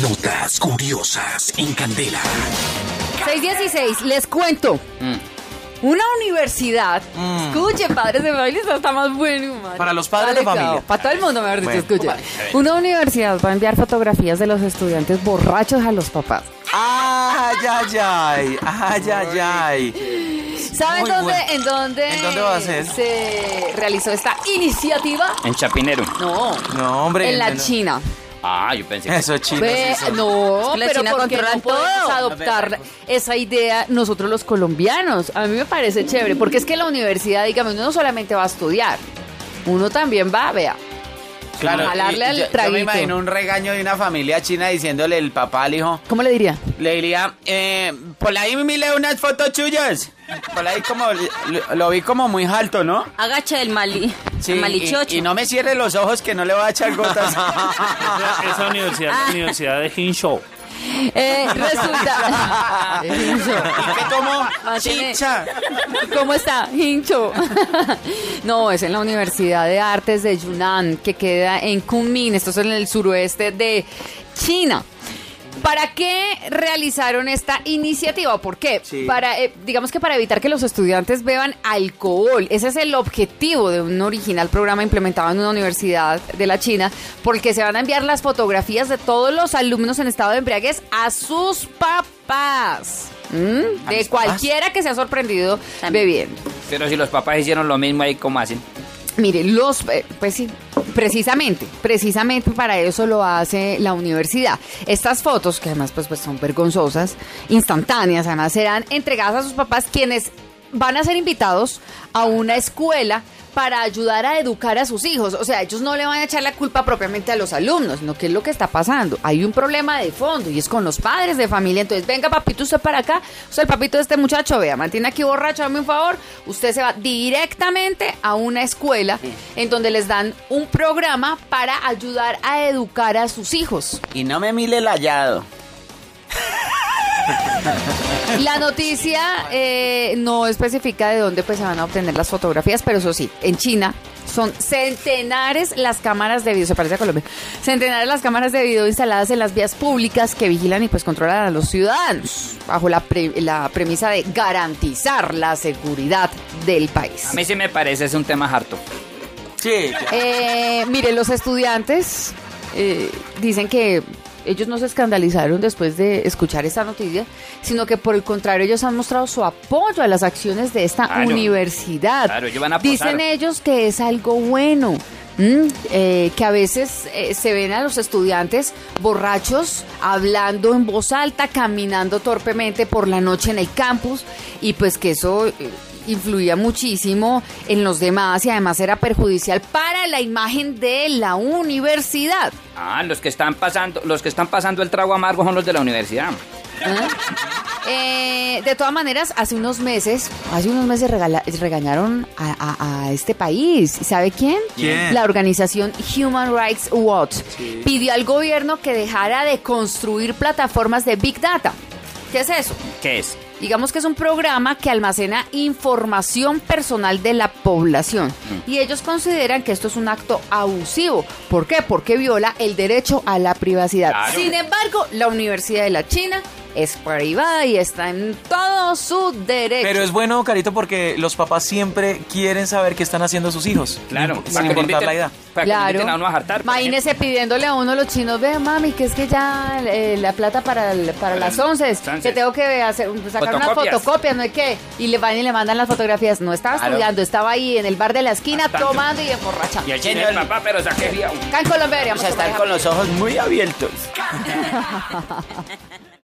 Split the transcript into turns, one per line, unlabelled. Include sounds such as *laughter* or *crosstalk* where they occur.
Notas curiosas en Candela.
616, les cuento.
Mm.
Una universidad. Escuche, padres de familia, esto está más bueno. madre.
Para los padres de
Dale,
familia.
Para todo el mundo, mejor dicho,
Bueno,
escuche.
vale, a ver.
Una universidad va a enviar fotografías de los estudiantes borrachos a los papás.
Ay, ay, ay. Ay, ay, ay.
¿Saben
Muy
dónde,
bueno.
en dónde,
¿En dónde va a ser?
se realizó esta iniciativa?
En Chapinero.
No,
No, hombre.
en la
no, no.
China.
Ah, yo pensé que...
Eso, chino.
Ve-
sí, eso.
no,
que la
pero
China
¿por qué
controla
no podemos
todo?
adoptar
pues.
esa idea nosotros los colombianos? A mí me parece chévere, porque es que la universidad, dígame, uno no solamente va a estudiar, uno también va, vea. a jalarle
y-
al
yo- yo,
traguito.
me imagino un regaño de una familia china diciéndole el papá al hijo.
¿Cómo le diría?
Le diría, eh, por ahí mire unas fotos chullas. Por ahí como, lo, lo vi como muy alto, ¿no?
Agacha el mali,
Sí,
el
y,
malichocho.
y no me cierre los ojos que no le va a echar
*laughs*
gotas.
Esa, esa universidad, la universidad de Hinshaw.
Eh,
*laughs*
resulta. *laughs*
*laughs* ¿Y qué tomó?
Mantiene-
Chicha.
¿Cómo está? Hincho. *laughs* No, es en la Universidad de Artes de Yunnan, que queda en Kunming. Esto es en el suroeste de China. ¿Para qué realizaron esta iniciativa? ¿Por qué?
Sí.
Para, eh, digamos que para evitar que los estudiantes beban alcohol. Ese es el objetivo de un original programa implementado en una universidad de la China, porque se van a enviar las fotografías de todos los alumnos en estado de embriaguez a sus papás. ¿Mm?
¿A
De
mis papás?
cualquiera que se ha sorprendido
También.
bebiendo.
Pero si los papás hicieron lo mismo ahí, ¿cómo hacen?
Mire, los, eh, pues sí, precisamente, precisamente para eso lo hace la universidad. Estas fotos, que además pues, pues son vergonzosas, instantáneas, además serán entregadas a sus papás quienes van a ser invitados a una escuela para ayudar a educar a sus hijos. O sea, ellos no le van a echar la culpa propiamente a los alumnos, sino que es lo que está pasando. Hay un problema de fondo y es con los padres de familia. Entonces, venga, papito, usted para acá. O sea, el papito de este muchacho, vea, mantiene aquí borracho, dame un favor. Usted se va directamente a una escuela en donde les dan un programa para ayudar a educar a sus hijos.
Y no me mire el hallado.
La noticia eh, no especifica de dónde pues, se van a obtener las fotografías, pero eso sí, en China son centenares las cámaras de video, se parece a Colombia, centenares las cámaras de video instaladas en las vías públicas que vigilan y pues controlan a los ciudadanos, bajo la, pre- la premisa de garantizar la seguridad del país.
A mí sí me parece, es un tema harto.
Sí, ya.
Eh, mire, los estudiantes eh, dicen que ellos no se escandalizaron después de escuchar esta noticia, sino que por el contrario ellos han mostrado su apoyo a las acciones de esta
Claro.
universidad.
Claro, ellos van a apostar.
dicen ellos que es algo bueno. ¿m? Eh, que a veces eh, se ven a los estudiantes borrachos hablando en voz alta, caminando torpemente por la noche en el campus y pues que eso eh, influía muchísimo en los demás y además era perjudicial para la imagen de la universidad.
Ah, los que están pasando, los que están pasando el trago amargo son los de la universidad.
¿Ah? Eh, de todas maneras, hace unos meses, hace unos meses regala- regañaron a, a- a este país. ¿Sabe quién?
¿Quién?
La organización Human Rights Watch pidió al gobierno que dejara de construir plataformas de Big Data. ¿Qué es eso?
¿Qué es?
Digamos que es un programa que almacena información personal de la población. Y ellos consideran que esto es un acto abusivo. ¿Por qué? Porque viola el derecho a la privacidad.
Claro.
Sin embargo, la Universidad de la China es privada y está en todo su derecho.
Pero es bueno, Carito, porque los papás siempre quieren saber qué están haciendo sus hijos.
Claro,
Sin
lo
importar
inviten-
la edad.
para que lo inviten a uno a jartar. por
Imagínese pidiéndole a uno de los chinos, ve mami, que es que ya eh, la plata para, el- para las once, que
onces.
tengo que hacer, pues, sacar una
Fotocopias.
fotocopia, no es que, y le van y le mandan las fotografías. No estaba
Claro.
estudiando, estaba ahí en el bar de la esquina
Gastando.
tomando y emborrachando.
ejemplo. Y el chino el papá, pero saqué
Acá en Colombia
Vamos
deberíamos
a estar
tomar
con los ojos muy abiertos.